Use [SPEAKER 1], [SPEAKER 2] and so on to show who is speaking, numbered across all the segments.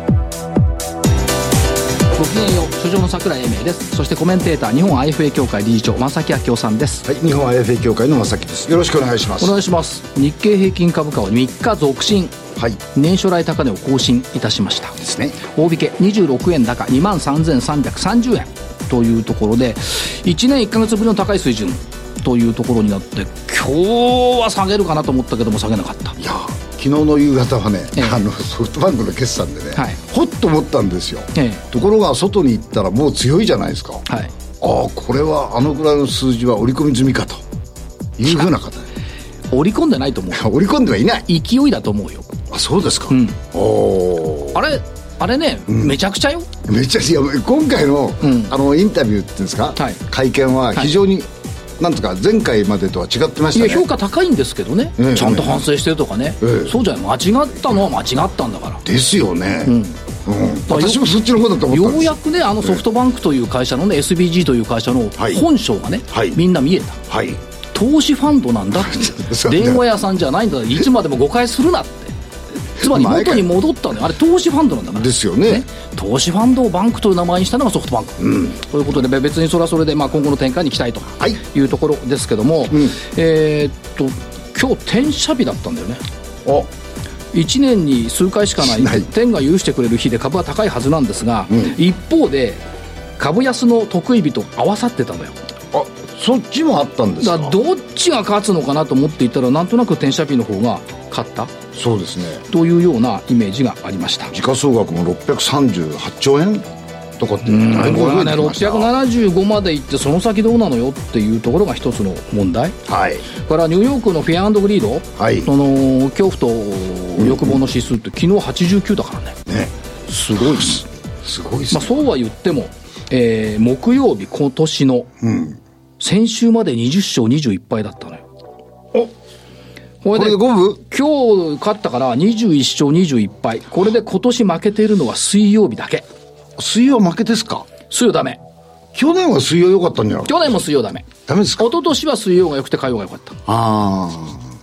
[SPEAKER 1] ごきげんよう所長の桜井英明ですそしてコメンテーター日本 IFA 協会理事長正木明夫さんです
[SPEAKER 2] はい、日本 IFA 協会の正木です。よろしくお願いします。
[SPEAKER 1] お
[SPEAKER 2] は
[SPEAKER 1] 願いします日経平均株価は3日続伸
[SPEAKER 2] い、で
[SPEAKER 1] 年初来高値を更新いたしました
[SPEAKER 2] すね。
[SPEAKER 1] 大引け26円高2万3330円というところで1年1か月ぶりの高い水準というところになって今日は下げるかなと思ったけども下げなかった
[SPEAKER 2] いや、昨日の夕方はね、
[SPEAKER 1] ええ
[SPEAKER 2] あのソフトバンクの決算でね、
[SPEAKER 1] はい
[SPEAKER 2] ほっと思ったんですよ。
[SPEAKER 1] え
[SPEAKER 2] ところが外に行ったらもう強いじゃないですか。あ
[SPEAKER 1] はい
[SPEAKER 2] あ、これはあのぐらいの数字は織り込み済みかというふ うな方。
[SPEAKER 1] 織り込んでないと思う
[SPEAKER 2] 織り込んではいない。
[SPEAKER 1] 勢いだと思うよ
[SPEAKER 2] あ、そうですか。
[SPEAKER 1] ん
[SPEAKER 2] おお。
[SPEAKER 1] あれあれね、めちゃくちゃよ
[SPEAKER 2] めっちゃいや今回の、
[SPEAKER 1] うん
[SPEAKER 2] あのインタビューっていうんですか、
[SPEAKER 1] はい
[SPEAKER 2] 会見は非常に、なんとか前回までとは違ってまし
[SPEAKER 1] い
[SPEAKER 2] た
[SPEAKER 1] や
[SPEAKER 2] ね。
[SPEAKER 1] 評価高いんですけどね、
[SPEAKER 2] ええ
[SPEAKER 1] ちゃんと反省してるとかね、
[SPEAKER 2] ええ
[SPEAKER 1] そうじゃない間違ったのは間違ったんだから
[SPEAKER 2] ですよね。うん。私もそっちの方だと思った
[SPEAKER 1] よ
[SPEAKER 2] んです。
[SPEAKER 1] うやくねあのソフトバンクという会社のね SBG という会社の
[SPEAKER 2] はい
[SPEAKER 1] 本性がね、
[SPEAKER 2] はい
[SPEAKER 1] みんな見えた
[SPEAKER 2] はい。
[SPEAKER 1] 投資ファンドなんだって
[SPEAKER 2] そう
[SPEAKER 1] 電話屋さんじゃないんだいつまでも誤解するなってつまり元に戻ったのよあれ投資ファンドなんだから
[SPEAKER 2] ですよね
[SPEAKER 1] 投資ファンドをバンクという名前にしたのがソフトバンク、ということでべ別にそれはそれで、まあ、今後の展開に期待と
[SPEAKER 2] はい
[SPEAKER 1] いうところですけども、
[SPEAKER 2] ん
[SPEAKER 1] えーっと今日転写日だったんだよね
[SPEAKER 2] お
[SPEAKER 1] 1年に数回しかない
[SPEAKER 2] ない
[SPEAKER 1] 天が許してくれる日で株は高いはずなんですが、一方で株安の得意日と合わさってたのよ
[SPEAKER 2] あそっちもあったんです
[SPEAKER 1] だ
[SPEAKER 2] か
[SPEAKER 1] からどっちが勝つのかなと思っていたらなんとなく転写日の方が勝った
[SPEAKER 2] そうですね
[SPEAKER 1] というようなイメージがありました
[SPEAKER 2] 時価総額も638兆円とかってだ
[SPEAKER 1] こ
[SPEAKER 2] い
[SPEAKER 1] れ
[SPEAKER 2] ぶ増
[SPEAKER 1] は
[SPEAKER 2] え
[SPEAKER 1] ね
[SPEAKER 2] てきました
[SPEAKER 1] 675まで行ってその先どうなのよっていうところが一つの問題
[SPEAKER 2] はい
[SPEAKER 1] これはニューヨークのフェアグリード、
[SPEAKER 2] はい
[SPEAKER 1] その恐怖と欲望の指数って昨日89だからね
[SPEAKER 2] ね
[SPEAKER 1] すごい
[SPEAKER 2] すすごいです
[SPEAKER 1] まあ、
[SPEAKER 2] ね、
[SPEAKER 1] そうは言っても、えー木曜日、今年の、先週まで20勝21敗だったのよ。これ
[SPEAKER 2] こ
[SPEAKER 1] で
[SPEAKER 2] れで五分
[SPEAKER 1] 今日勝ったから21勝21敗。これで今年負けているのは水曜日だけ。
[SPEAKER 2] 水曜負けですか
[SPEAKER 1] 水曜ダメ。
[SPEAKER 2] 去年は水曜良かったんじゃない
[SPEAKER 1] 去年も水曜ダメ。
[SPEAKER 2] ダメですか
[SPEAKER 1] 一昨年は水曜が良くて火曜が良かった。だか
[SPEAKER 2] あ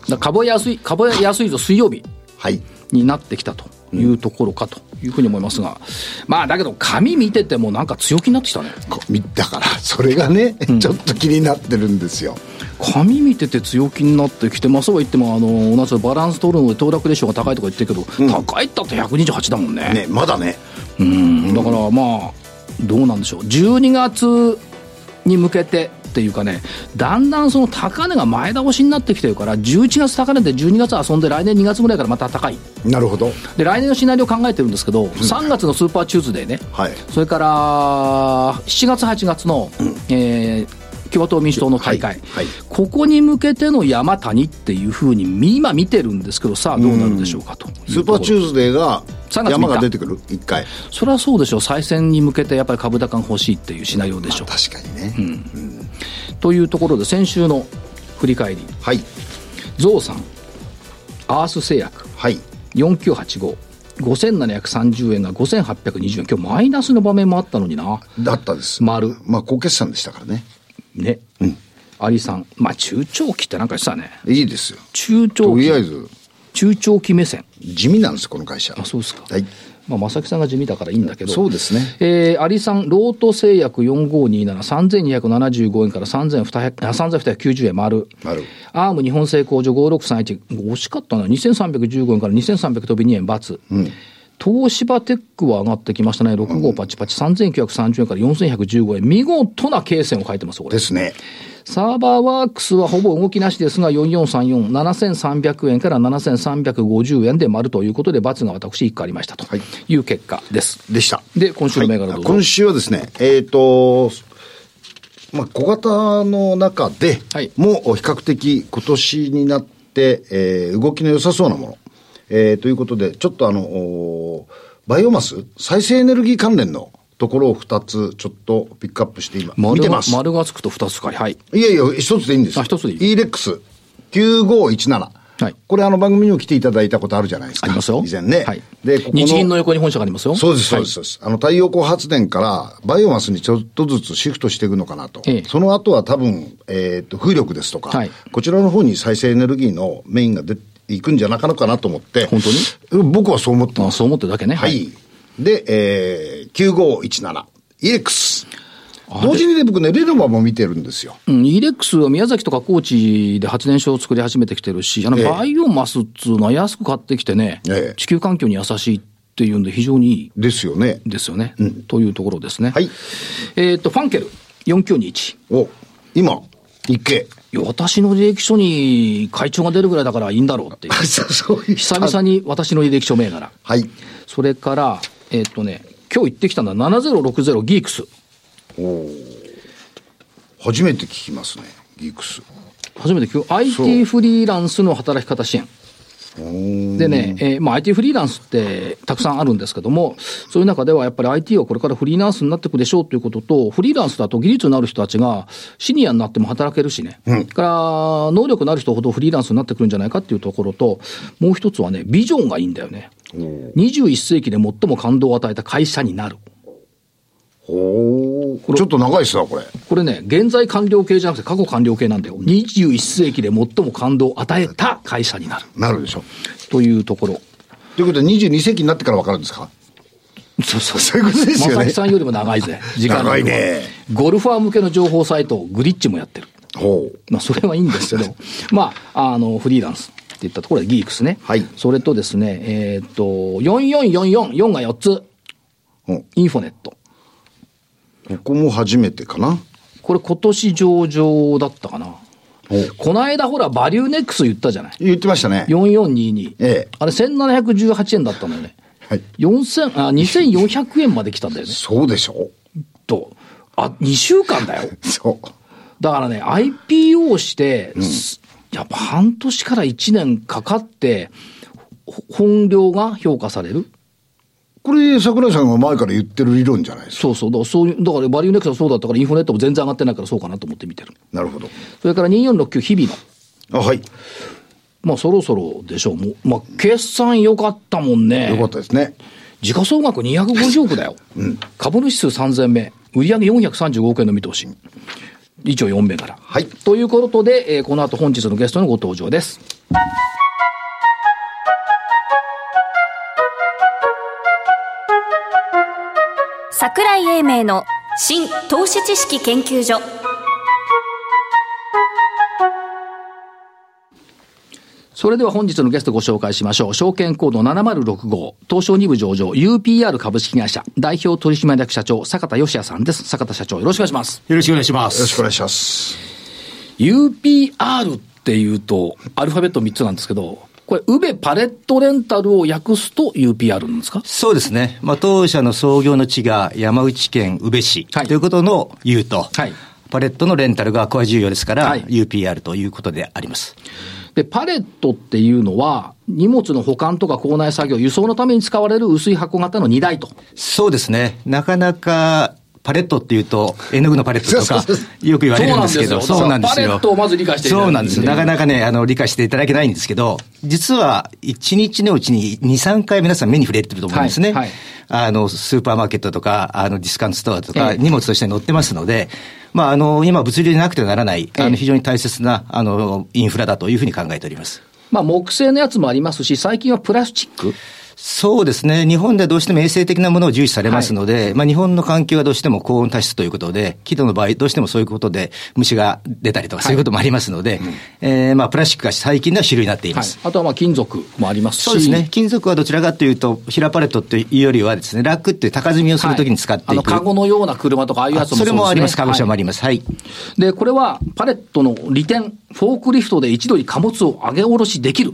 [SPEAKER 1] ら株は安い、株は安いぞ水曜日
[SPEAKER 2] あはい
[SPEAKER 1] になってきたというところかというふうに思いますが。まあだけど紙見ててもなんか強気になってきたね。
[SPEAKER 2] こみだからそれがね、ちょっと気になってるんですよ
[SPEAKER 1] 紙見てて強気になってきて、まあ、そうは言ってもあの同じバランス取るので騰落レシオが高いとか言ってるけど、高いったって128だもんね
[SPEAKER 2] ねまだね
[SPEAKER 1] うんだからまあどうなんでしょう12月に向けてっていうかねだんだんその高値が前倒しになってきてるから11月高値で12月遊んで来年2月ぐらいからまた高い
[SPEAKER 2] なるほど
[SPEAKER 1] で来年のシナリオ考えてるんですけど3月のスーパーチューズデーね
[SPEAKER 2] はい
[SPEAKER 1] それから7月、8月の、えー共和党民主党の大会、
[SPEAKER 2] はいはい
[SPEAKER 1] ここに向けての山谷っていうふうにみ今見てるんですけど、さあどうなるでしょうかと
[SPEAKER 2] スーパーチュ
[SPEAKER 1] ー
[SPEAKER 2] ーズデーが
[SPEAKER 1] 3月
[SPEAKER 2] 山
[SPEAKER 1] 三
[SPEAKER 2] が
[SPEAKER 1] 日
[SPEAKER 2] 出てくる一回
[SPEAKER 1] それはそうでしょう、再選に向けてやっぱり株高が欲しいっていうシナリオでしょう。
[SPEAKER 2] 確かにね、
[SPEAKER 1] というところで、先週の振り返り、
[SPEAKER 2] はい
[SPEAKER 1] ゾウさん、アース製薬、
[SPEAKER 2] はい
[SPEAKER 1] 4985、5730円が5820円、今日マイナスの場面もあったのにな。
[SPEAKER 2] だったです。
[SPEAKER 1] 丸
[SPEAKER 2] まあ、高決算でしたからね。
[SPEAKER 1] ね。アリさん、まあ中長期ってなんかしたね。
[SPEAKER 2] いいですよ。
[SPEAKER 1] 中長
[SPEAKER 2] とりあ
[SPEAKER 1] 期
[SPEAKER 2] えず、
[SPEAKER 1] 中長期目線
[SPEAKER 2] 地味なんです、この会社。あ
[SPEAKER 1] そうですか
[SPEAKER 2] はい。
[SPEAKER 1] まあ正木さんが地味だからいいんだけど
[SPEAKER 2] そうですね
[SPEAKER 1] えー、アリさんロート製薬45273275円から3200あ3290円丸
[SPEAKER 2] 丸
[SPEAKER 1] アーム日本製工場5631惜しかったな2315円から2300飛び2円×、東芝テックは上がってきましたね。65パチパチ、3930円から4115円。見事な経線を書いてます、これ。
[SPEAKER 2] ですね。
[SPEAKER 1] サーバーワークスはほぼ動きなしですが、4434、7300円から7350円で丸ということで、×が私1個ありましたと
[SPEAKER 2] はい
[SPEAKER 1] いう結果です。
[SPEAKER 2] でした。
[SPEAKER 1] で今週の銘柄
[SPEAKER 2] は
[SPEAKER 1] ど
[SPEAKER 2] い
[SPEAKER 1] うぞ
[SPEAKER 2] 今週はですね、えっ、と、まあ、小型の中で
[SPEAKER 1] はい
[SPEAKER 2] もう比較的今年になって、えー動きの良さそうなもの。えーということで、ちょっとあの、おーバイオマス、再生エネルギー関連のところを2つちょっとピックアップして今、見て
[SPEAKER 1] が
[SPEAKER 2] ます。
[SPEAKER 1] 丸がつくと2つかい。はい。
[SPEAKER 2] いやいや、一つでいいんですよ。
[SPEAKER 1] あ一つでいい
[SPEAKER 2] e レックス9517。
[SPEAKER 1] はい
[SPEAKER 2] これあの番組にも来ていただいたことあるじゃないですか。
[SPEAKER 1] ありますよ。
[SPEAKER 2] 以前ね。
[SPEAKER 1] はい。
[SPEAKER 2] で、ここ
[SPEAKER 1] 日銀の横に本社がありますよ。
[SPEAKER 2] そうです、そうです、
[SPEAKER 1] は
[SPEAKER 2] そうです。あの、太陽光発電からバイオマスにちょっとずつシフトしていくのかなと。
[SPEAKER 1] ええ
[SPEAKER 2] その後は多分、えっと、風力ですとか、
[SPEAKER 1] はい
[SPEAKER 2] こちらの方に再生エネルギーのメインが出ていくんじゃなかろうかなと思って。
[SPEAKER 1] 本
[SPEAKER 2] 当に僕はそう思って
[SPEAKER 1] いま
[SPEAKER 2] ま
[SPEAKER 1] あ、
[SPEAKER 2] す。
[SPEAKER 1] そう思ってるだけね。
[SPEAKER 2] はい。。で、えー、9517、EX。
[SPEAKER 1] あれ
[SPEAKER 2] 同時にね、僕ね、レノバも見てるんですよ。
[SPEAKER 1] うん、イレックスは宮崎とか高知で発電所を作り始めてきてるし、あの
[SPEAKER 2] ええ
[SPEAKER 1] バイオマスっつうのは安く買ってきてね、
[SPEAKER 2] ええ
[SPEAKER 1] 地球環境に優しいっていうんで非常にい
[SPEAKER 2] ですよね
[SPEAKER 1] い。ですよね。というところですね。
[SPEAKER 2] はい。
[SPEAKER 1] えーっと、ファンケル、4921。
[SPEAKER 2] お、今、日経。。
[SPEAKER 1] いや私の履歴書に会長が出るぐらいだからいいんだろうっていう
[SPEAKER 2] そういう
[SPEAKER 1] 久々に私の履歴書銘柄。
[SPEAKER 2] はい。
[SPEAKER 1] それから、えーっとね、今日行ってきたのは7060ギークス。
[SPEAKER 2] 初めて聞きますね、ギークス。
[SPEAKER 1] 初めて聞く
[SPEAKER 2] そう
[SPEAKER 1] IT フリーランスの働き方支援。でね、えーまあ、IT フリーランスってたくさんあるんですけども、そういう中ではやっぱり IT はこれからフリーランスになっていくでしょうということと、フリーランスだと技術のある人たちがシニアになっても働けるしね、それから能力のある人ほどフリーランスになってくるんじゃないかっていうところと、もう一つはね、ビジョンがいいんだよね。21世紀で最も感動を与えた会社になる。
[SPEAKER 2] ほう。ちょっと長いですな、これ。
[SPEAKER 1] これね、現在完了形じゃなくて過去完了形なんだよ。21世紀で最も感動を与えた会社になる。
[SPEAKER 2] なるでしょ。
[SPEAKER 1] というところ。
[SPEAKER 2] ということで、22世紀になってから分かるんですか
[SPEAKER 1] そうそう
[SPEAKER 2] そういうことですよね
[SPEAKER 1] まさきさんよりも長い ぜ。時間の
[SPEAKER 2] 長いね。
[SPEAKER 1] ゴルファー向けの情報サイト、グリッチもやってる。
[SPEAKER 2] ほう。
[SPEAKER 1] まあ、それはいいんですけ ど、まあ、あの、フリーランスっていったところでギークスね。
[SPEAKER 2] はい
[SPEAKER 1] それとですね、えーっと、4444、4が4つ、
[SPEAKER 2] うん
[SPEAKER 1] インフォネット。
[SPEAKER 2] ここも初めてかな。
[SPEAKER 1] これ今年上場だったかな。この間ほら、バリューネックス言ったじゃない。
[SPEAKER 2] 言ってましたね。
[SPEAKER 1] 4422。
[SPEAKER 2] ええ
[SPEAKER 1] あれ、1718円だったのよね。
[SPEAKER 2] はい。
[SPEAKER 1] 4000あ、2400円まで来たんだよね。
[SPEAKER 2] そうでしょ
[SPEAKER 1] と。あ、2週間だよ。
[SPEAKER 2] そう。
[SPEAKER 1] だからね、IPO をして、すやっぱ半年から1年かかって、ほ本領が評価される。
[SPEAKER 2] これ、桜井さんが前から言ってる理論じゃないですか。
[SPEAKER 1] そうそう。だからそういう、だからバリューネックスはそうだったから、インフォネットも全然上がってないからそうかなと思って見てる。
[SPEAKER 2] なるほど。
[SPEAKER 1] それから2469日々の。
[SPEAKER 2] あ、はい。
[SPEAKER 1] まあそろそろでしょう。もう、まあ決算良かったもんね。
[SPEAKER 2] よかったですね。
[SPEAKER 1] 時価総額250億 だよ。株主数3000名。売上435億円の見通し。以上4名から。
[SPEAKER 2] はい
[SPEAKER 1] ということで、えーこの後本日のゲストのご登場です。
[SPEAKER 3] 桜井英明の新投資知識研究所
[SPEAKER 1] それでは本日のゲストご紹介しましょう。証券コード7065、東証2部上場、UPR 株式会社、代表取締役社長、坂田義也さんです。坂田社長、よろしくお願いします。
[SPEAKER 4] よろしくお願いしま
[SPEAKER 2] よろしくお
[SPEAKER 4] す。
[SPEAKER 2] 願いします。
[SPEAKER 1] UPR っていうと、アルファベット3つなんですけど、これ、宇部パレットレンタルを訳すと UPR なんですか
[SPEAKER 4] そうですね。まあ、当社の創業の地が山口県宇部市、
[SPEAKER 1] はい
[SPEAKER 4] ということの言うと、
[SPEAKER 1] はい
[SPEAKER 4] パレットのレンタルがこれは重要ですから、
[SPEAKER 1] はい
[SPEAKER 4] UPR ということであります。
[SPEAKER 1] で、パレットっていうのは、荷物の保管とか校内作業、輸送のために使われる薄い箱型の荷台と。
[SPEAKER 4] そうですね。なかなか、パレットっていうと、絵の具のパレットと
[SPEAKER 2] そう
[SPEAKER 4] か
[SPEAKER 2] そうそ、
[SPEAKER 4] よく言われるんですけど、
[SPEAKER 1] そうなんですよだからパレットをまず理解していただ
[SPEAKER 4] そ
[SPEAKER 1] く
[SPEAKER 4] うなんですよ。なかなかね、あの、理解していただけないんですけど、実は、1日のうちに2、3回皆さん目に触れてると思うんですね。
[SPEAKER 1] はいはい
[SPEAKER 4] あの、スーパーマーケットとか、あの、ディスカウントストアとか、
[SPEAKER 1] ええ
[SPEAKER 4] 荷物として載ってますので、まあ、あの、今、物流でなくてはならない、あ
[SPEAKER 1] ええ
[SPEAKER 4] の、非常に大切な、あの、インフラだというふうに考えております。
[SPEAKER 1] まあ、木製のやつもありますし、最近はプラスチック。
[SPEAKER 4] そうですね。日本ではどうしても衛生的なものを重視されますので、まあ日本の環境はどうしても高温多湿ということで、木戸の場合どうしてもそういうことで虫が出たりとかそういうこともありますので、えーまあプラスチックが最近では主流になっていま
[SPEAKER 1] はい
[SPEAKER 4] す。。
[SPEAKER 1] あとはまあ、金属もありますし。
[SPEAKER 4] そうですね。金属はどちらかというと、平パレットというよりはですね、ラックっていう高積みをするときに使っていく。
[SPEAKER 1] はいあの、カゴのような車とか、ああいうやつも
[SPEAKER 4] あそれもあります。
[SPEAKER 1] カ
[SPEAKER 4] カ
[SPEAKER 1] ゴ
[SPEAKER 4] ゴ車もあります。はい。
[SPEAKER 1] で、これはパレットの利点、フォークリフトで一度に貨物を上げ下ろしできる。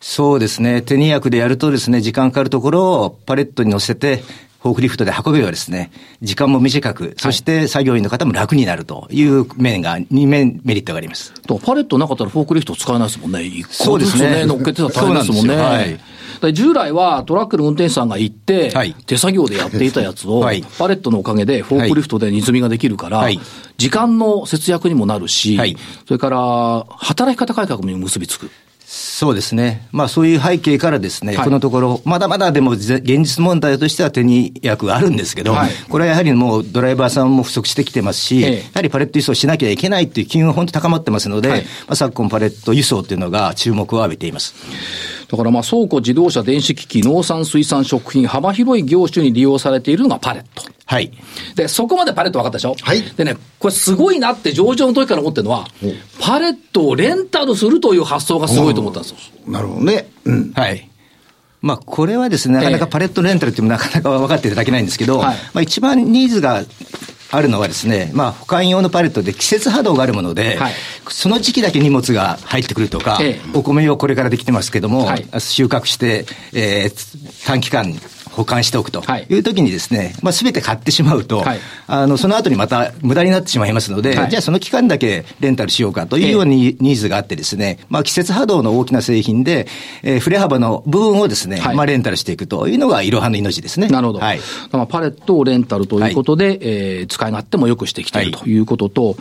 [SPEAKER 4] そうですね。手に役でやるとですね、時間かかるところをパレットに乗せて、フォークリフトで運べばですね、時間も短く、そして作業員の方も楽になるという面が、2面メリットがあります。
[SPEAKER 1] とパレットなかったらフォークリフト使えないですもんね。一
[SPEAKER 4] そ
[SPEAKER 1] 個
[SPEAKER 4] うで
[SPEAKER 1] ずつ
[SPEAKER 4] すね
[SPEAKER 1] ね、乗っけてたら大変ですもんね。
[SPEAKER 4] そうなんですよはい
[SPEAKER 1] だから従来はトラックの運転手さんが行って、
[SPEAKER 4] はい
[SPEAKER 1] 手作業でやっていたやつを、
[SPEAKER 4] はい
[SPEAKER 1] パレットのおかげでフォークリフトで荷積みができるから、
[SPEAKER 4] はい
[SPEAKER 1] 時間の節約にもなるし、
[SPEAKER 4] はい
[SPEAKER 1] それから働き方改革にも結びつく。
[SPEAKER 4] そうですね。まあそういう背景からですね、
[SPEAKER 1] はい
[SPEAKER 4] このところ、まだまだでもぜ現実問題としては手に役があるんですけど、
[SPEAKER 1] はい
[SPEAKER 4] これはやはりもうドライバーさんも不足してきてますし、
[SPEAKER 1] ええ
[SPEAKER 4] やはりパレット輸送しなきゃいけないっていう機運が本当高まってますので、
[SPEAKER 1] はい
[SPEAKER 4] まあ、昨今パレット輸送っていうのが注目を浴びています。
[SPEAKER 1] だからまあ倉庫、自動車、電子機器、農産、水産、食品、幅広い業種に利用されているのがパレット。
[SPEAKER 4] はい。
[SPEAKER 1] で、そこまでパレット分かったでしょ
[SPEAKER 2] はい
[SPEAKER 1] でね、これすごいなって上場の時から思ってるのは、パレットをレンタルするという発想がすごいと思ったんですよ。
[SPEAKER 2] なるほどね。うん。
[SPEAKER 4] はい。まあ、これはですね、なかな
[SPEAKER 1] え
[SPEAKER 4] か
[SPEAKER 1] え
[SPEAKER 4] パレットレンタルっていうのもなかなか分かっていただけないんですけど、
[SPEAKER 1] はい
[SPEAKER 4] まあ、一番ニーズがあるのはですね、まあ、保管用のパレットで季節波動があるもので、
[SPEAKER 1] はい
[SPEAKER 4] その時期だけ荷物が入ってくるとか、
[SPEAKER 1] ええ
[SPEAKER 4] お米をこれからできてますけども、
[SPEAKER 1] はい
[SPEAKER 4] 収穫して、えー短期間保管しておくと
[SPEAKER 1] はい
[SPEAKER 4] いう時にですね、まあ、全て買ってしまうと、
[SPEAKER 1] はい
[SPEAKER 4] あのその後にまた無駄になってしまいますので、
[SPEAKER 1] はい
[SPEAKER 4] じゃあその期間だけレンタルしようかというようにニーズがあってですね、まあ、季節波動の大きな製品で、えー振れ幅の部分をですね、
[SPEAKER 1] はい
[SPEAKER 4] まあ、レンタルしていくというのがいろはの命ですね。
[SPEAKER 1] なるほど。
[SPEAKER 4] はい。
[SPEAKER 1] まあパレットをレンタルということで、えー使い勝手も良くしてきている
[SPEAKER 4] はい
[SPEAKER 1] ということと、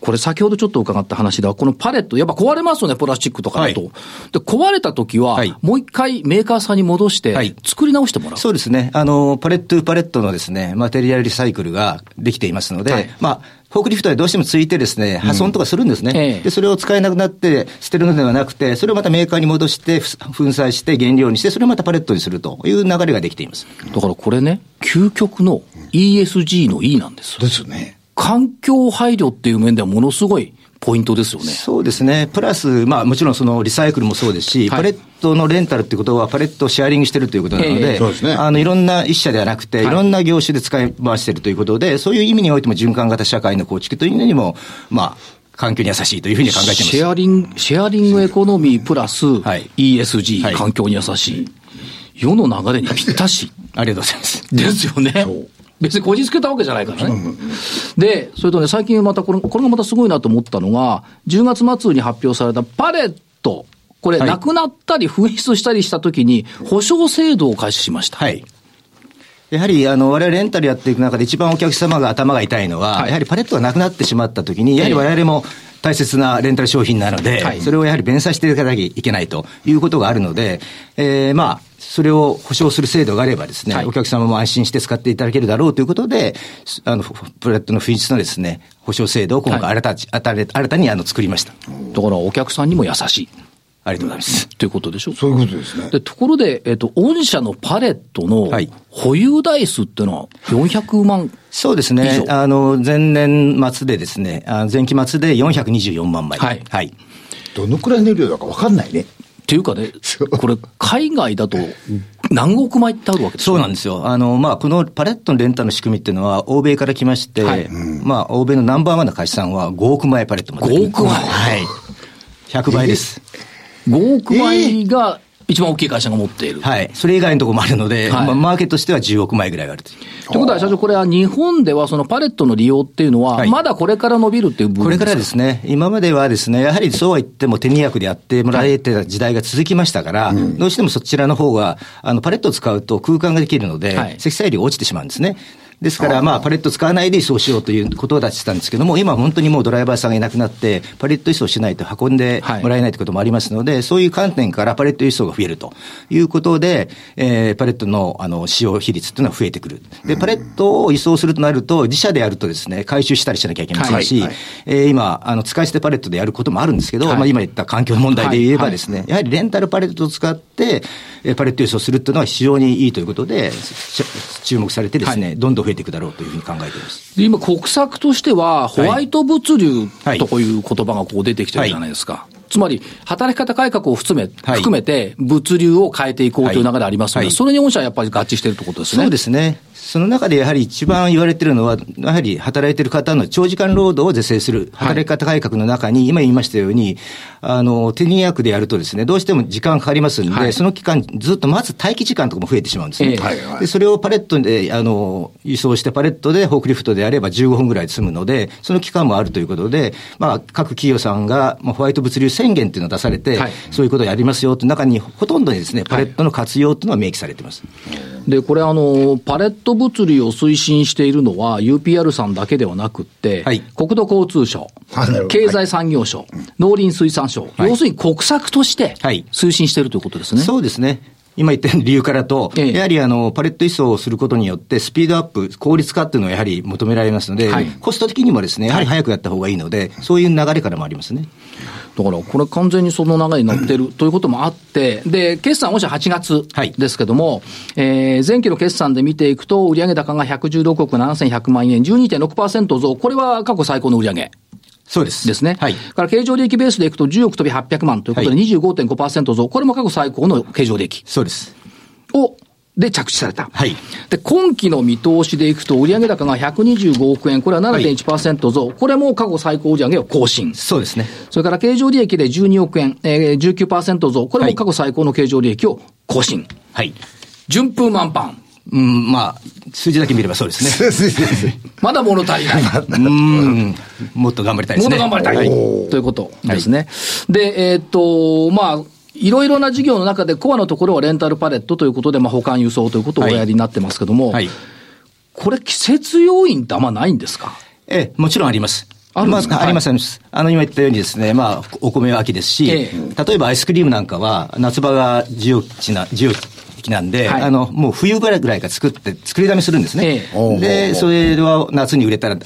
[SPEAKER 1] これ先ほどちょっと伺った話では、このパレット、やっぱ壊れますよね、プラスチックとかだと。
[SPEAKER 4] はい
[SPEAKER 1] で、壊れた時は、
[SPEAKER 4] はい
[SPEAKER 1] もう一回メーカーさんに戻し
[SPEAKER 4] は
[SPEAKER 1] て
[SPEAKER 4] い、
[SPEAKER 1] 作り直してもらう。
[SPEAKER 4] そうですね。あの、パレット・パレットのですね、マテリアルリサイクルができていますので、
[SPEAKER 1] はい
[SPEAKER 4] まあ、フォークリフトはどうしてもついてですね、破損とかするんですね、
[SPEAKER 1] ええ
[SPEAKER 4] で、それを使えなくなって捨てるのではなくて、それをまたメーカーに戻して、ふ粉砕して原料にして、それをまたパレットにするという流れができています。
[SPEAKER 1] だからこれね、究極の ESG の E なんです。
[SPEAKER 2] ですね。
[SPEAKER 1] 環境配慮っていう面ではものすごいポイントですよね。
[SPEAKER 4] そうですね。プラス、まあもちろんそのリサイクルもそうですし、
[SPEAKER 1] はい
[SPEAKER 4] パレットのレンタルってことはパレットをシェアリングしてるということなの
[SPEAKER 1] ええ
[SPEAKER 4] で、
[SPEAKER 2] そうですね
[SPEAKER 4] あのいろんな一社ではなくて、
[SPEAKER 1] はい
[SPEAKER 4] いろんな業種で使い回してるということで、そういう意味においても循環型社会の構築というのにも、まあ、環境に優しいというふうに考えています。
[SPEAKER 1] シェアリング、シェアリングエコノミープラス
[SPEAKER 4] はい
[SPEAKER 1] ESG、
[SPEAKER 4] はい
[SPEAKER 1] 環境に優しい。世の流れにぴったし。
[SPEAKER 4] ありがとうございます。
[SPEAKER 1] ですよね。別にこじつけたわけじゃないからね。で、それとね、最近またこれ、これがまたすごいなと思ったのが、10月末に発表されたパレット。これ、
[SPEAKER 4] はい
[SPEAKER 1] なくなったり紛失したりしたときに、保証制度を開始しました。
[SPEAKER 4] はい。やはり、あの、我々レンタルやっていく中で一番お客様が頭が痛いのは、
[SPEAKER 1] はい
[SPEAKER 4] やはりパレットがなくなってしまったときに、やはり
[SPEAKER 1] ええ
[SPEAKER 4] 我々も大切なレンタル商品なので、
[SPEAKER 1] はい
[SPEAKER 4] それをやはり弁済していかなきゃいけないということがあるので、えーまあ、それを保証する制度があればですね、
[SPEAKER 1] はい
[SPEAKER 4] お客様も安心して使っていただけるだろうということで、すあの、ふパレットの不一のですね、保証制度を今
[SPEAKER 1] は
[SPEAKER 4] 回新た,、新たにあの作りました。
[SPEAKER 1] だから、お客さんにも優しい。
[SPEAKER 4] ありがとうございます。
[SPEAKER 1] ということでしょ
[SPEAKER 2] そういうことですね。
[SPEAKER 1] で、ところで、えっと、御社のパレットの
[SPEAKER 4] はい
[SPEAKER 1] 保有台数っていうのは400万。
[SPEAKER 4] そうです
[SPEAKER 1] 以
[SPEAKER 4] ね。
[SPEAKER 1] 上
[SPEAKER 4] あの、前年末でですね、あ前期末で424万枚。
[SPEAKER 1] はい
[SPEAKER 4] はい。
[SPEAKER 2] どのくらいの量だか分かんない ね。
[SPEAKER 1] っていうかね、これ、海外だと何億枚ってあるわけです
[SPEAKER 4] そうなんですよ。あの、まあ、このパレットのレンタルの仕組みっていうのは、欧米から来まして、
[SPEAKER 1] はい
[SPEAKER 4] まあ、欧米のナンバーワンの会社さんは5億枚パレットまで
[SPEAKER 1] 5億枚
[SPEAKER 4] はい。100倍です。
[SPEAKER 1] 5億枚が一番大きい会社が持っている。と
[SPEAKER 4] はい。それ以外のところもあるので、
[SPEAKER 1] はい
[SPEAKER 4] まあ、マーケットとしては10億枚ぐらいがあるという
[SPEAKER 1] いうことは、社長、これは日本ではそのパレットの利用っていうのは、
[SPEAKER 4] はい
[SPEAKER 1] まだこれから伸びるっていう部分
[SPEAKER 4] これから
[SPEAKER 1] で
[SPEAKER 4] ですすね、今まではですね、やはりそうは言っても手に役でやってもらえてた時代が続きましたから、どうしてもそちらの方が、あの、パレットを使うと空間ができるので、
[SPEAKER 1] はい
[SPEAKER 4] 積載量落ちてしまうんですね。ですから、まあ、パレット使わないで移送しようということだったんですけども、今本当にもうドライバーさんがいなくなって、パレット輸送しないと運んで
[SPEAKER 1] はい
[SPEAKER 4] もらえないということもありますので、そういう観点からパレット輸送が増えるということで、えーパレットのあの使用比率というのは増えてくる。で、パレットを移送するとなると、自社でやるとですね、回収したりしなきゃいけませんし、
[SPEAKER 2] はいはい
[SPEAKER 4] えー今、あの使い捨てパレットでやることもあるんですけど、
[SPEAKER 1] はい
[SPEAKER 4] まあ、今言った環境問題で言えばですね、
[SPEAKER 1] は
[SPEAKER 4] やはりレンタルパレットを使って、えーパレット輸送するっていうのは非常にいいということで、し注目されてですね、どんどん増えていくだろうというふうに考えています。
[SPEAKER 1] で今、国策としては、ホワイト物流
[SPEAKER 4] はい
[SPEAKER 1] とこういう言葉がこう出てきてるじゃないですか。つまり、働き方改革を含め、
[SPEAKER 4] はい
[SPEAKER 1] 含めて、物流を変えていこうという流れありますので、
[SPEAKER 4] はい
[SPEAKER 1] それに御社はやっぱり合致してるってことですね。
[SPEAKER 4] そうですね。その中でやはり一番言われてるのは、やはり働いてる方の長時間労働を是正する働き方改革の中に、今言いましたように、あの、手に役でやるとですね、どうしても時間かかりますんで、
[SPEAKER 1] はい
[SPEAKER 4] その期間ずっと待つ待機時間とかも増えてしまうんですね。
[SPEAKER 1] ええ
[SPEAKER 2] はいはい
[SPEAKER 4] で、それをパレットで、あの、輸送してパレットでフォークリフトでやれば15分ぐらいで済むので、その期間もあるということで、まあ、各企業さんが、まあ、ホワイト物流宣言っていうのを出されて、
[SPEAKER 1] はい
[SPEAKER 4] そういうことをやりますよって中に、ほとんどにですね、パレットの活用っていうのは明記されてます。
[SPEAKER 1] で、これあの、パレット物流を推進しているのは UPR さんだけではなくって、
[SPEAKER 4] はい
[SPEAKER 1] 国土交通省
[SPEAKER 2] はいなるほど、
[SPEAKER 1] 経済産業省、農林水産省、
[SPEAKER 4] はい
[SPEAKER 1] 要するに国策として
[SPEAKER 4] はい
[SPEAKER 1] 推進しているということですね。
[SPEAKER 4] そうですね。今言ったような理由からと、
[SPEAKER 1] ええ
[SPEAKER 4] やはりあの、パレット移送をすることによって、スピードアップ、効率化っていうのはやはり求められますので、
[SPEAKER 1] はい
[SPEAKER 4] コスト的にもですね、やはり早くやった方がいいので、そういう流れからもありますね。
[SPEAKER 1] だからこれ、完全にその流れに乗ってるということもあって、で決算、もしは8
[SPEAKER 4] はい
[SPEAKER 1] 月ですけども、えー前期の決算で見ていくと、売上高が116億7100万円、12.6%増、これは過去最高の売上
[SPEAKER 4] そうです。
[SPEAKER 1] ですね、
[SPEAKER 4] はい。
[SPEAKER 1] から経常利益ベースでいくと、10億飛び800万ということで、
[SPEAKER 4] はい
[SPEAKER 1] 25.5%増、これも過去最高の経常利益
[SPEAKER 4] そうです。
[SPEAKER 1] をで着地された、
[SPEAKER 4] はい
[SPEAKER 1] で今期の見通しでいくと、売上高が125億円、これは7.1%増、これも過去最高売上を更新。
[SPEAKER 4] そうですね。
[SPEAKER 1] それから経常利益で12億円、えー、19%増、これも過去最高の経常利益を更新。
[SPEAKER 4] はい。
[SPEAKER 1] 順風満帆。
[SPEAKER 4] うん、まあ、数字だけ見ればそうですね。
[SPEAKER 1] まだ物足り ない。
[SPEAKER 4] うん、もっと頑張りたいで
[SPEAKER 1] も
[SPEAKER 4] す
[SPEAKER 1] っ
[SPEAKER 4] ね。
[SPEAKER 1] と頑張りたい。
[SPEAKER 4] は
[SPEAKER 1] ということですね。で、えーっと、まあ、いろいろな事業の中でコアのところはレンタルパレットということで、まあ、保管輸送ということをお
[SPEAKER 4] はい
[SPEAKER 1] やりになってますけども、
[SPEAKER 4] はい。
[SPEAKER 1] これ季節要因ってあんまないんですか
[SPEAKER 4] ええ、もちろんあります。
[SPEAKER 1] あるんですか
[SPEAKER 4] まあ、あります、あります。あの、今言ったようにですね、まあ、お米は秋ですし、
[SPEAKER 1] え
[SPEAKER 4] 例えばアイスクリームなんかは、夏場が需要地な、需要期なんで、
[SPEAKER 1] はい
[SPEAKER 4] あの、もう冬ぐらいから作って、作りだめするんですね。
[SPEAKER 1] え
[SPEAKER 2] え
[SPEAKER 4] で、それは夏に売れたら、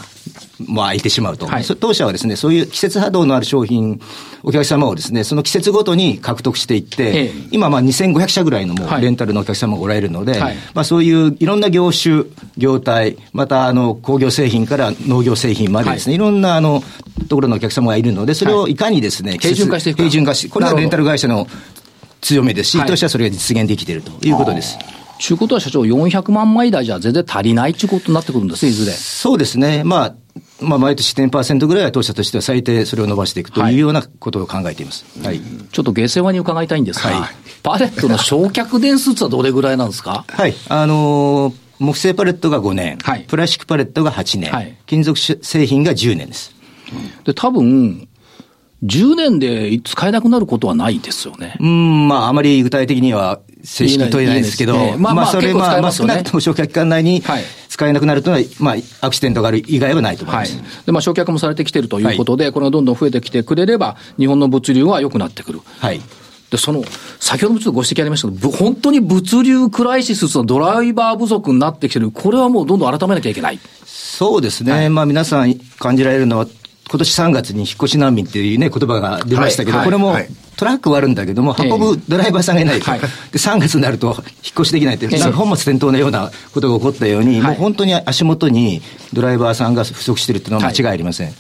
[SPEAKER 4] もう空いてしまうと、
[SPEAKER 1] はい
[SPEAKER 4] そ当社はですね、そういう季節波動のある商品、お客様をですね、その季節ごとに獲得していって、
[SPEAKER 1] ええ
[SPEAKER 4] 今、まあ、2500社ぐらいのも
[SPEAKER 1] は
[SPEAKER 4] う
[SPEAKER 1] い
[SPEAKER 4] レンタルのお客様がおられるので、
[SPEAKER 1] はい
[SPEAKER 4] まあ、そういういろんな業種、業態、またあの工業製品から農業製品までですね、い、ろんなあのところのお客様がいるので、それをいかにですね、
[SPEAKER 1] 平準化していくか
[SPEAKER 4] 平準化し、これ
[SPEAKER 1] な
[SPEAKER 4] は
[SPEAKER 1] るほど
[SPEAKER 4] レンタル会社の強みですし、
[SPEAKER 1] はい
[SPEAKER 4] 当社はそれが実現できているということです。
[SPEAKER 1] ちゅうことは社長、400万枚台じゃ全然足りないっていうことになってくるんですね、いずれ。
[SPEAKER 4] そうですね、まあ、まあ、毎年10%ぐらいは当社としては最低それを伸ばしていくと
[SPEAKER 1] はいいう
[SPEAKER 4] ようなことを考えています。はい。
[SPEAKER 1] ちょっと下世話に伺いたいんですが、
[SPEAKER 4] はい
[SPEAKER 1] パレットの焼却電数ってはどれぐらいなんですか
[SPEAKER 4] はい。あのー木製パレットが5年、
[SPEAKER 1] はい
[SPEAKER 4] プラスチックパレットが8年、
[SPEAKER 1] はい
[SPEAKER 4] 金属製品が10年です。
[SPEAKER 1] で、多分、10年で使えなくなることはないですよね。
[SPEAKER 4] うん、まあ、あまり具体的には正式にと言えないですけど、
[SPEAKER 1] 言えないですねまあまあ
[SPEAKER 4] それ
[SPEAKER 1] 結構使えますよね
[SPEAKER 4] 少なくとも消却期間内に
[SPEAKER 1] はい
[SPEAKER 4] 使えなくなるというのは、まあ、アクシデントがある以外はないと思い
[SPEAKER 1] は
[SPEAKER 4] ま
[SPEAKER 1] い
[SPEAKER 4] す。。
[SPEAKER 1] で、まあ、焼却もされてきてるということで、これがどんどん増えてきてくれれば、日本の物流は良くなってくる。
[SPEAKER 4] はい。
[SPEAKER 1] で、その、先ほどもちょっとご指摘ありましたけど、ぶ本当に物流クライシスのドライバー不足になってきてる。これはもうどんどん改めなきゃいけない。
[SPEAKER 4] そうですね、まあ皆さん感じられるのは、今年3月に引っ越し難民っていうね、言葉が出ましたけど、
[SPEAKER 1] はい
[SPEAKER 4] これも
[SPEAKER 2] はい
[SPEAKER 4] トラックはあるんだけども、
[SPEAKER 1] ええ
[SPEAKER 4] 運ぶドライバーさんがいないと、
[SPEAKER 1] はい
[SPEAKER 4] で3月になると引っ越しできないって、
[SPEAKER 1] ええ
[SPEAKER 4] なんか本末転倒のようなことが起こったように、
[SPEAKER 1] はい
[SPEAKER 4] もう本当に足元にドライバーさんが不足してるっていうのは間違いありません。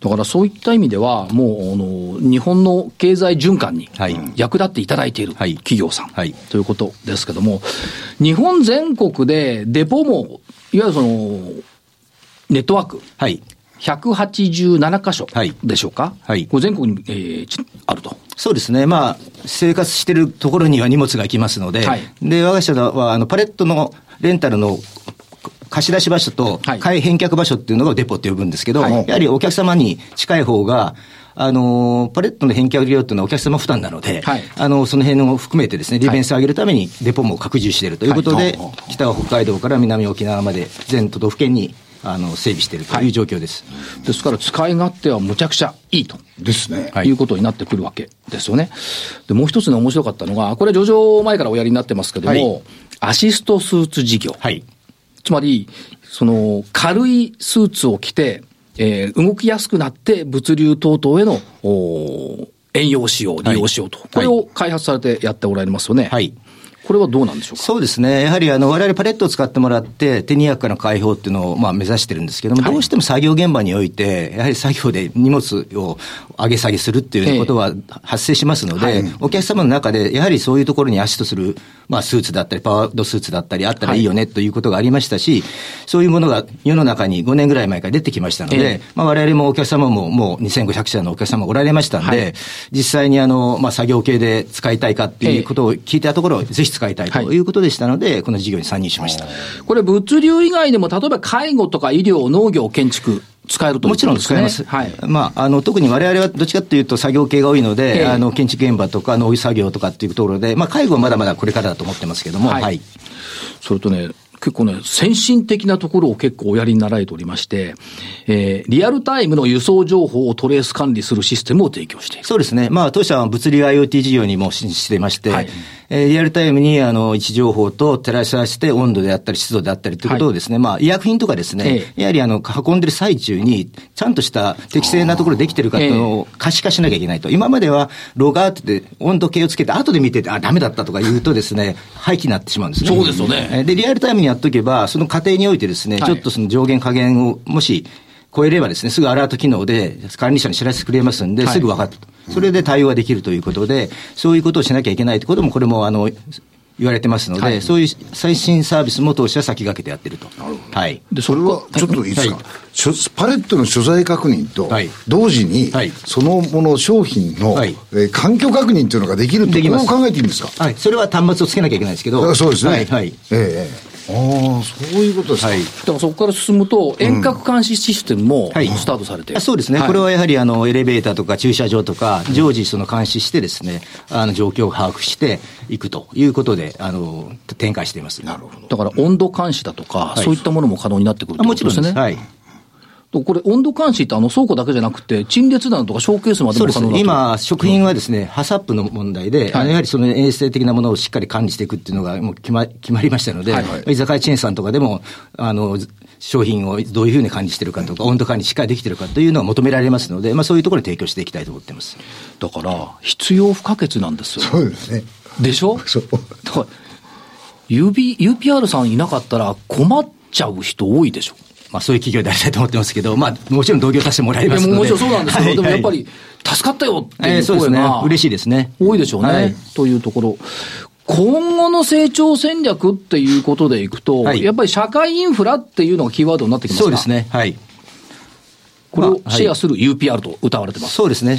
[SPEAKER 1] だからそういった意味では、もうあの日本の経済循環に
[SPEAKER 4] はい
[SPEAKER 1] 役立っていただいている
[SPEAKER 4] はい
[SPEAKER 1] 企業さん、
[SPEAKER 4] はい
[SPEAKER 1] ということですけども、日本全国でデポも、いわゆるそのネットワーク、
[SPEAKER 4] はい
[SPEAKER 1] 187箇所
[SPEAKER 4] はい
[SPEAKER 1] でしょうか、
[SPEAKER 4] はい
[SPEAKER 1] これ全国に、えーちあると。
[SPEAKER 4] そうですね、まあ、生活してるところには荷物が来ますので、
[SPEAKER 1] はい
[SPEAKER 4] で我が社はあのパレットのレンタルの貸し出し場所と
[SPEAKER 1] はい
[SPEAKER 4] 買い返却場所っていうのがデポって呼ぶんですけど、
[SPEAKER 2] はい
[SPEAKER 4] やはりお客様に近い方が、あのパレットの返却料っていうのはお客様負担なので、
[SPEAKER 1] はい
[SPEAKER 4] あのその辺を含めてですね、利便性を上げるためにデポも拡充しているということで、北は北海道から南沖縄まで全都道府県にあの整備しているという状況です。
[SPEAKER 1] ですから使い勝手はむちゃくちゃいいと。
[SPEAKER 2] ですね。
[SPEAKER 4] はい
[SPEAKER 1] い、うことになってくるわけですよね。で、もう一つの面白かったのが、これ上場前からおやりになってますけども、
[SPEAKER 4] はい
[SPEAKER 1] アシストスーツ事業。
[SPEAKER 4] はい
[SPEAKER 1] つまり、その、軽いスーツを着て、えー動きやすくなって物流等々への、おー援用しよう、利用しようと、
[SPEAKER 4] はい
[SPEAKER 1] これを開発されてやっておられますよね。
[SPEAKER 4] はい
[SPEAKER 1] これはどうなんでしょうか
[SPEAKER 4] そうですね。やはりあの、我々パレットを使ってもらって、手に役からの解放っていうのを、まあ、目指してるんですけども、
[SPEAKER 1] はい
[SPEAKER 4] どうしても作業現場において、やはり作業で荷物を上げ下げするっていうようなことは発生しますので、お客様の中で、やはりそういうところに足とする、まあ、スーツだったり、パワードスーツだったり、あったらいいよね、ということがありましたし、そういうものが世の中に5年ぐらい前から出てきましたので、
[SPEAKER 1] ええ
[SPEAKER 4] まあ、我々もお客様ももう2500社のお客様がおられましたんで、
[SPEAKER 1] はい
[SPEAKER 4] 実際にあの、まあ、作業系で使いたいかっていうことを聞いたところ、ぜひ使いたい
[SPEAKER 1] はい
[SPEAKER 4] ということでしたので、この事業に参入しました。
[SPEAKER 1] これ物流以外でも、例えば介護とか医療、農業、建築、使えるという
[SPEAKER 4] もちろん
[SPEAKER 1] こと
[SPEAKER 4] 使えます。
[SPEAKER 1] ねはい。
[SPEAKER 4] まあ、あの、特に我々はどっちかっていうと作業系が多いの
[SPEAKER 1] え
[SPEAKER 4] で、
[SPEAKER 1] え
[SPEAKER 4] あの、建築現場とか農業作業とかっていうところで、まあ、介護はまだまだこれからだと思ってますけども、
[SPEAKER 1] はい
[SPEAKER 4] はい。
[SPEAKER 1] それとね、結構ね、先進的なところを結構おやりになられておりまして、えーリアルタイムの輸送情報をトレース管理するシステムを提供している。
[SPEAKER 4] そうですね。まあ、当社は物理 IoT 事業にも進出していまして、
[SPEAKER 1] はい
[SPEAKER 4] えーリアルタイムに、あの、位置情報と照らし合わせて温度であったり湿度であったりということをですね、まあ、医薬品とかですね
[SPEAKER 1] え、
[SPEAKER 4] やはり、あの、運んでる最中に、ちゃんとした適正なところできてるかっていうのを可視化しなきゃいけないと。今までは、ロガーって温度計をつけて、後で見てて、あ、ダメだったとか言うとですね、廃棄になってしまうんですね。
[SPEAKER 1] そうですよね
[SPEAKER 4] えーで、リアルタイムにやっとけば、その過程においてですね、
[SPEAKER 1] はい
[SPEAKER 4] ちょっとその上限下限を、もし、超えればですね、すぐアラート機能で管理者に知らせてくれますんで、
[SPEAKER 1] はい
[SPEAKER 4] すぐ分かったと。それで対応ができるということで、そういうことをしなきゃいけないということも、これも、あの、言われてますので、
[SPEAKER 1] はい
[SPEAKER 4] そういう最新サービスも当社は先駆けてやってると。はい。
[SPEAKER 1] で、
[SPEAKER 2] それはちょっといいですか、
[SPEAKER 4] はい
[SPEAKER 2] しょパレットの所在確認と
[SPEAKER 4] はい
[SPEAKER 2] 同時に、
[SPEAKER 4] はい
[SPEAKER 2] そのもの商品の、
[SPEAKER 4] はい
[SPEAKER 2] えー環境確認というのができると
[SPEAKER 4] でき
[SPEAKER 2] これ
[SPEAKER 4] ま
[SPEAKER 2] を
[SPEAKER 4] す
[SPEAKER 2] 考えていいんですか
[SPEAKER 4] はい。それは端末をつけなきゃいけないですけど。
[SPEAKER 2] あそうですね。
[SPEAKER 4] はい。はい。
[SPEAKER 2] ええええああ、そういうことですか。
[SPEAKER 4] はい
[SPEAKER 1] だからそこから進むと、遠隔監視システムも
[SPEAKER 4] はい
[SPEAKER 1] スタートされてる、
[SPEAKER 4] あそうですね、
[SPEAKER 1] い
[SPEAKER 4] これはやはりあのエレベーターとか駐車場とか、常時その監視して、ですねあの状況を把握していくということで、あの展開しています。なるほ
[SPEAKER 1] だ
[SPEAKER 4] ど
[SPEAKER 1] から温度監視だとか、
[SPEAKER 4] い
[SPEAKER 1] そういったものも可能になってくるってこ
[SPEAKER 4] もち
[SPEAKER 1] と
[SPEAKER 4] ろ
[SPEAKER 1] で
[SPEAKER 4] ん
[SPEAKER 1] すね。
[SPEAKER 4] です、はい、
[SPEAKER 1] とこれ、温度監視ってあの倉庫だけじゃなくて、陳列棚とかショーケースまで
[SPEAKER 4] そう
[SPEAKER 1] も
[SPEAKER 4] で
[SPEAKER 1] 可
[SPEAKER 4] す
[SPEAKER 1] 能だと
[SPEAKER 4] 今、食品はですね、ハサップの問題で、あのやはりその衛生的なものをしっかり管理していくっていうのがもう決ま決まりましたので、
[SPEAKER 1] はいはい
[SPEAKER 4] 居酒屋チェーンさんとかでも、あの商品をどういうふうに管理してるかとか、温度管理しっかりできてるかというのは求められますので、まあ、そういうところに提供していきたいと思ってます。
[SPEAKER 1] だから、必要不可欠なんですよ。
[SPEAKER 2] そうですね。
[SPEAKER 1] でしょ
[SPEAKER 2] そう。
[SPEAKER 1] だから、UB UPR さんいなかったら困っちゃう人多いでしょ。
[SPEAKER 4] まあ、そういう企業でありたいと思ってますけど、まあ、もちろん同業させてもらい
[SPEAKER 1] いや、
[SPEAKER 4] ますの
[SPEAKER 1] も
[SPEAKER 4] で。
[SPEAKER 1] うもちろんそうなんですけど、
[SPEAKER 4] はい
[SPEAKER 1] でもやっぱり、助かったよって
[SPEAKER 4] え
[SPEAKER 1] い
[SPEAKER 4] え
[SPEAKER 1] う
[SPEAKER 4] そうです
[SPEAKER 1] 声
[SPEAKER 4] ね
[SPEAKER 1] が、
[SPEAKER 4] 嬉しいですね
[SPEAKER 1] 多いでしょうね。
[SPEAKER 4] はい
[SPEAKER 1] というところ。今後の成長戦略っていうことでいくと、
[SPEAKER 4] はい
[SPEAKER 1] やっぱり社会インフラっていうのがキーワードになってきますか
[SPEAKER 4] そうです。ね。はい。
[SPEAKER 1] これを
[SPEAKER 4] まあはい
[SPEAKER 1] シェアする UPR と歌われてます。
[SPEAKER 4] そうですね。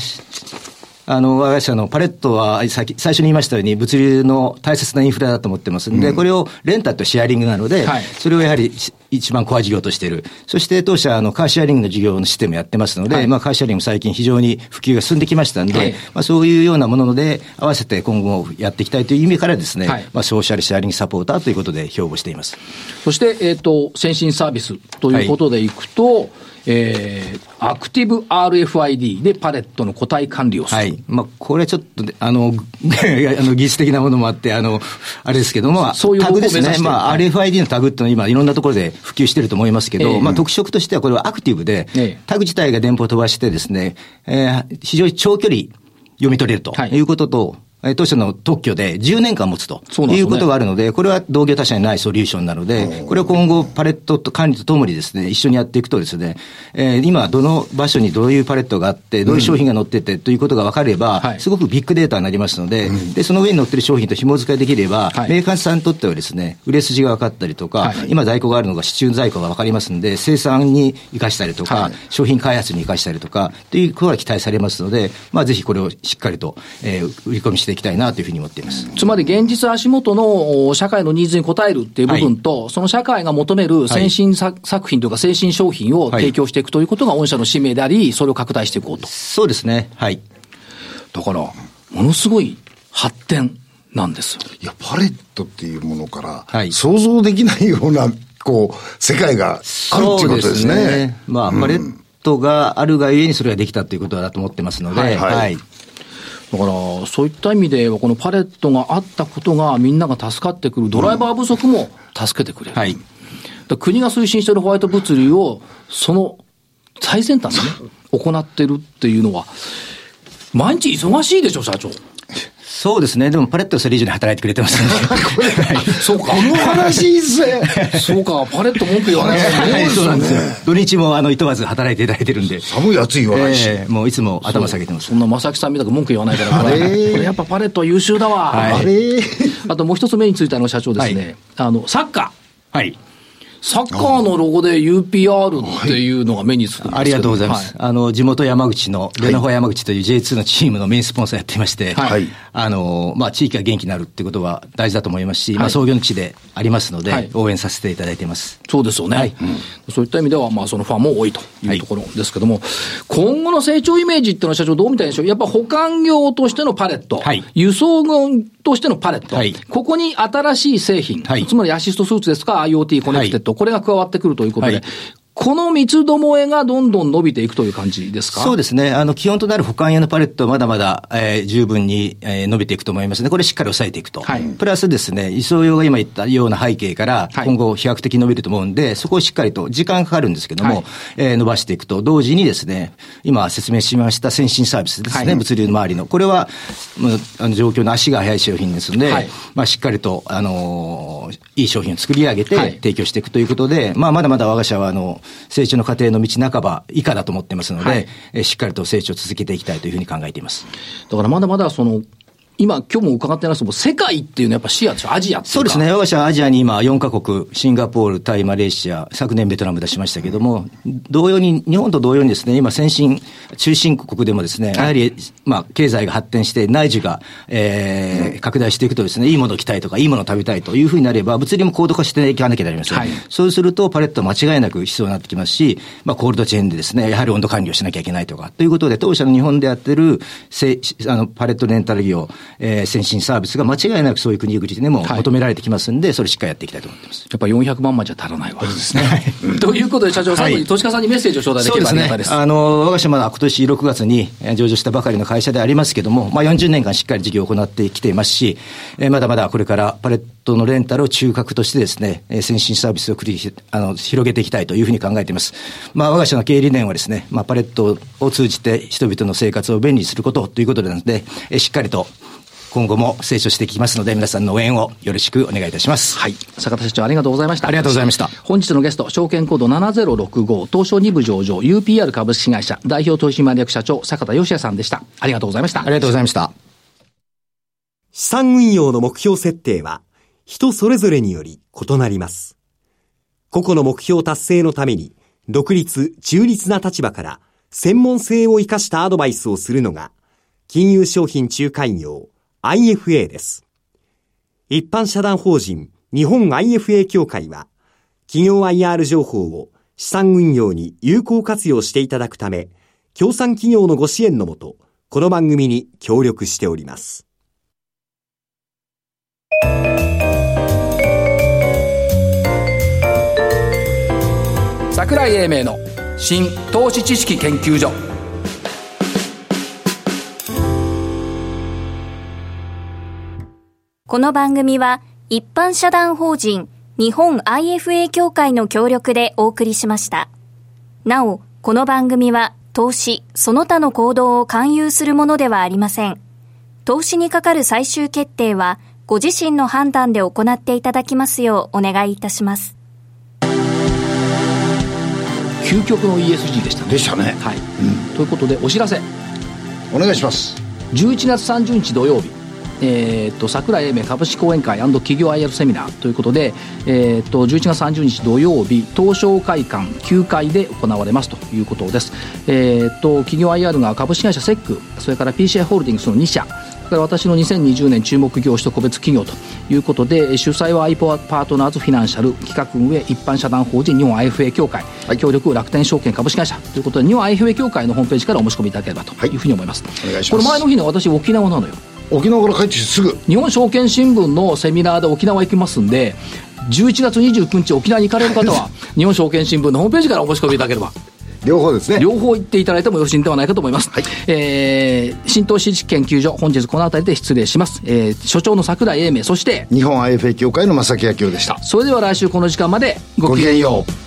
[SPEAKER 4] あの、我が社のパレットは、さっき最初に言いましたように、物流の大切なインフラだと思ってますんで、これをレンタルとシェアリングなので、
[SPEAKER 1] はい
[SPEAKER 4] それをやはりし一番コア事業としている。そして当社、あの、カーシェアリングの事業のシステムやってますので、
[SPEAKER 1] はい
[SPEAKER 4] まあ、カーシェアリングも最近非常に普及が進んできましたんで、
[SPEAKER 1] はい
[SPEAKER 4] まあ、そういうようなもので、合わせて今後やっていきたいという意味からですね、
[SPEAKER 1] はい
[SPEAKER 4] まあ、ソーシャルシェアリングサポーターということで、標榜しています。
[SPEAKER 1] そして、えっ、と、先進サービスということでいくと、えー、アクティブ RFID でパレットの個体管理をする。
[SPEAKER 4] はい。まあ、これちょっとで、あの、 いやあの技術的なものもあって、あの、あれですけども、まあ
[SPEAKER 1] そういう
[SPEAKER 4] タ
[SPEAKER 1] 方向
[SPEAKER 4] グです
[SPEAKER 1] 目
[SPEAKER 4] ね
[SPEAKER 1] 指。して
[SPEAKER 4] まあ、
[SPEAKER 1] はい
[SPEAKER 4] RFID のタグっていうのは今、いろんなところで普及してると思いますけど、
[SPEAKER 1] ええ
[SPEAKER 4] まあ、特色としてはこれはアクティブで、
[SPEAKER 1] ええ
[SPEAKER 4] タグ自体が電波を飛ばしてですね、えー非常に長距離読み取れると
[SPEAKER 1] はい
[SPEAKER 4] いうことと、えー当社の特許で10年間持つと
[SPEAKER 1] そうなんです
[SPEAKER 4] い
[SPEAKER 1] よね
[SPEAKER 4] うことがあるので、これは同業他社にないソリューションなので、これを今後、パレットと管理とともにですね、一緒にやっていくとですね、えー今、どの場所にどういうパレットがあって、どういう商品が載っててということが分かれ
[SPEAKER 1] は
[SPEAKER 4] ば
[SPEAKER 1] い、
[SPEAKER 4] すごくビッグデータになりますので、で、その上に載ってる商品と紐付けできれば
[SPEAKER 1] は、い
[SPEAKER 4] メーカーさんにとってはですね、売れ筋が分かったりと
[SPEAKER 1] は
[SPEAKER 4] か
[SPEAKER 1] い、
[SPEAKER 4] 今在庫があるのが、支柱在庫が分かりますので、生産に生かしたりと
[SPEAKER 1] は
[SPEAKER 4] か
[SPEAKER 1] い、
[SPEAKER 4] 商品開発に生かしたりとか、ということが期待されますので、まあ、ぜひこれをしっかりと、えー売り込みしていきたいなというふうに思っています。
[SPEAKER 1] つまり現実足元のお社会のニーズに応えるっていう部分と、その社会が求める先進さ作品というか先進商品を
[SPEAKER 4] はい
[SPEAKER 1] 提供していくということが御社の使命であり、それを拡大していこうと。
[SPEAKER 4] そうですね。はい。
[SPEAKER 1] だから、ものすごい発展なんですよ。
[SPEAKER 2] いや、パレットっていうものから、
[SPEAKER 4] はい
[SPEAKER 2] 想像できないような、こう、世界があるっていうことですね。
[SPEAKER 4] そうまあ、パレットがあるがゆえにそれができたということだと思ってますので、
[SPEAKER 2] はいはい
[SPEAKER 1] だから、そういった意味では、このパレットがあったことがみんなが助かってくる、ドライバー不足も助けてくれる。
[SPEAKER 4] はい
[SPEAKER 1] だから国が推進しているホワイト物流を、その最先端 でね、行ってるっていうのは、毎日忙しいでしょ、社長。
[SPEAKER 4] そうですね。でも、パレットはそれ以上に働いてくれてますのではい
[SPEAKER 1] そう か。
[SPEAKER 2] この話いいっすね。
[SPEAKER 1] そうか、パレット文句言わないです
[SPEAKER 4] は
[SPEAKER 1] ね。
[SPEAKER 4] い、 そうなんですよ。土日も、あの、いとわず働いていただいてるんで、
[SPEAKER 2] 寒い暑い言わないし。
[SPEAKER 4] ええもういつも頭下げてます
[SPEAKER 1] そ。んな正木さんみたく文句言わないから、こ
[SPEAKER 2] あれ
[SPEAKER 1] れ、これやっぱパレットは優秀だわ。
[SPEAKER 4] はい
[SPEAKER 2] あれ
[SPEAKER 1] あともう一つ目についてあの社長ですね、
[SPEAKER 4] はい
[SPEAKER 1] あの、サッカー。
[SPEAKER 4] はい。
[SPEAKER 1] サッカーのロゴで UPR っていうのが目につくんですけど
[SPEAKER 4] ありがとうございます。
[SPEAKER 1] は
[SPEAKER 4] あの、地元山口の、レノファ山口という J2 のチームのメインスポンサーやっていまして、
[SPEAKER 1] はい
[SPEAKER 4] あの、まあ、地域が元気になるってことは大事だと思いますし、ま
[SPEAKER 1] は
[SPEAKER 4] あ、
[SPEAKER 1] い
[SPEAKER 4] 創業の地でありますので、
[SPEAKER 1] はい
[SPEAKER 4] 応援させていただいています。
[SPEAKER 1] そうですよね、うんそういった意味では、まあ、そのファンも多いというところですけども、今後の成長イメージっていうのは、社長、どうみたいでしょう、やっぱ保管業としてのパレット、
[SPEAKER 4] はい
[SPEAKER 1] 輸送業としてのパレット、
[SPEAKER 4] はい
[SPEAKER 1] ここに新しい製品、
[SPEAKER 4] はい
[SPEAKER 1] つまりアシストスーツですとか、IoT コネクテッド、これが加わってくるということで、
[SPEAKER 4] はい
[SPEAKER 1] この三つどもえがどんどん伸びていくという感じですか。
[SPEAKER 4] そうですね。あの、基本となる保管用のパレットはまだまだ、えー十分に、えー伸びていくと思いますね。これしっかり抑えていくと。
[SPEAKER 1] はい
[SPEAKER 4] プラスですね、輸送用が今言ったような背景から、
[SPEAKER 1] はい
[SPEAKER 4] 今後飛躍的に伸びると思うんで、そこをしっかりと、時間かかるんですけども、
[SPEAKER 1] はい
[SPEAKER 4] えー伸ばしていくと、同時にですね、今説明しました先進サービスですね、
[SPEAKER 1] はい
[SPEAKER 4] 物流の周りの。これは、もうあの、状況の足が速い商品ですので、
[SPEAKER 1] はい
[SPEAKER 4] まあ、しっかりと、あのーいい商品を作り上げて、
[SPEAKER 1] はい
[SPEAKER 4] 提供していくということで、まあ、まだまだ我が社は、あの、成長の過程の道半ば以下だと思ってますので、
[SPEAKER 1] はい
[SPEAKER 4] えーしっかりと成長を続けていきたいというふうに考えています。
[SPEAKER 1] だからまだまだその今、今日も伺ってないですけど、世界っていうのはやっぱ視野でしょ、アジアっていうか
[SPEAKER 4] そうですね。。我が社はアジアに今4カ国、シンガポール、タイ、マレーシア、昨年ベトナム出しましたけども、同様に、日本と同様にですね、今先進、中心国でもですね、やはり、まあ、経済が発展して内需が、えー拡大していくとですね、いいものを着たいとか、いいものを食べたいというふうになれば、物流も高度化していかなきゃなりません。
[SPEAKER 1] はい
[SPEAKER 4] そうすると、パレットは間違いなく必要になってきますし、まあ、コールドチェーンでですね、やはり温度管理をしなきゃいけないとか、ということで、当社の日本でやってるせあのパレットレンタル業、えー先進サービスが間違いなくそういう国々でも
[SPEAKER 1] はい
[SPEAKER 4] 求められてきますんで、それしっかりやっていきたいと思ってます。
[SPEAKER 1] やっぱ400万までじゃ足らないわけですね。ということで、社長、最後に、
[SPEAKER 4] はい
[SPEAKER 1] としかさんにメッセージを頂戴できればありがたいです。
[SPEAKER 4] あの、我が社まだ今年6月にえー上場したばかりの会社でありますけども、まあ40年間しっかり事業を行ってきていますし、えーまだまだこれからパレットのレンタルを中核としてですね、えー先進サービスを繰りひあの広げていきたいというふうに考えています。まあ我が社の経営理念はですね、まあパレットを通じて人々の生活を便利にすることということなので、えーしっかりと今後も成長していきますので、皆さんの応援をよろしくお願いいたします。
[SPEAKER 1] はい。坂田社長、ありがとうございました。
[SPEAKER 4] ありがとうございました
[SPEAKER 1] 本日のゲスト、証券コード7065、東証2部上場、UPR 株式会社、代表取締役社長、坂田義也さんでした。ありがとうございました。
[SPEAKER 4] ありがとうございました。
[SPEAKER 5] 資産運用の目標設定は人それぞれにより異なります。個々の目標達成のために独立、中立な立場から専門性を生かしたアドバイスをするのが金融商品仲介業 IFA です。一般社団法人日本 IFA 協会は企業 IR 情報を資産運用に有効活用していただくため、協賛企業のご支援のもと、この番組に協力しております。
[SPEAKER 1] 桜井英明の新投資知識研究所。
[SPEAKER 3] この番組は一般社団法人日本 IFA 協会の協力でお送りしました。なお、この番組は投資、その他の行動を勧誘するものではありません。投資にかかる最終決定はご自身の判断で行っていただきますようお願いいたします。
[SPEAKER 1] 究極の ESG でしたね。
[SPEAKER 2] でしたね
[SPEAKER 1] はい。ということで、お知らせ。
[SPEAKER 2] お願いします
[SPEAKER 1] 11月30日土曜日、えー、と桜井英明株式講演会企業 IR セミナーということで、えー、と11月30日土曜日東証会館9階で行われますということです、えー、と企業 IR が株式会社セックそれから PCI ホールディングスの2社それから私の2020年注目業種と個別企業ということで主催は i イポパートナーズフィナンシャル企画運営一般社団法人日本 IFA 協会、協力楽天証券株式会社ということで日本 IFA 協会のホームページからお申し込みいただければというふうに思います、
[SPEAKER 2] お願いし
[SPEAKER 1] こ
[SPEAKER 2] ます
[SPEAKER 1] れ前の日ね私沖縄なのよ
[SPEAKER 2] 沖縄から帰ってきてすぐ
[SPEAKER 1] 日本証券新聞のセミナーで沖縄行きますんで11月29日沖縄に行かれる方 は日本証券新聞のホームページからお申し込みいただければ
[SPEAKER 2] 両方ですね
[SPEAKER 1] 両方行っていただいてもよろしいんではないかと思います、えー、新投資知識研究所本日この辺りで失礼します、えー、所長の桜井英明そして
[SPEAKER 2] 日本 IFA 協会の正木明夫でした
[SPEAKER 1] それでは来週この時間までご
[SPEAKER 2] ご
[SPEAKER 1] き
[SPEAKER 2] き
[SPEAKER 1] げ
[SPEAKER 2] げ
[SPEAKER 1] ん
[SPEAKER 2] ん
[SPEAKER 1] よ
[SPEAKER 2] よ
[SPEAKER 1] う
[SPEAKER 2] う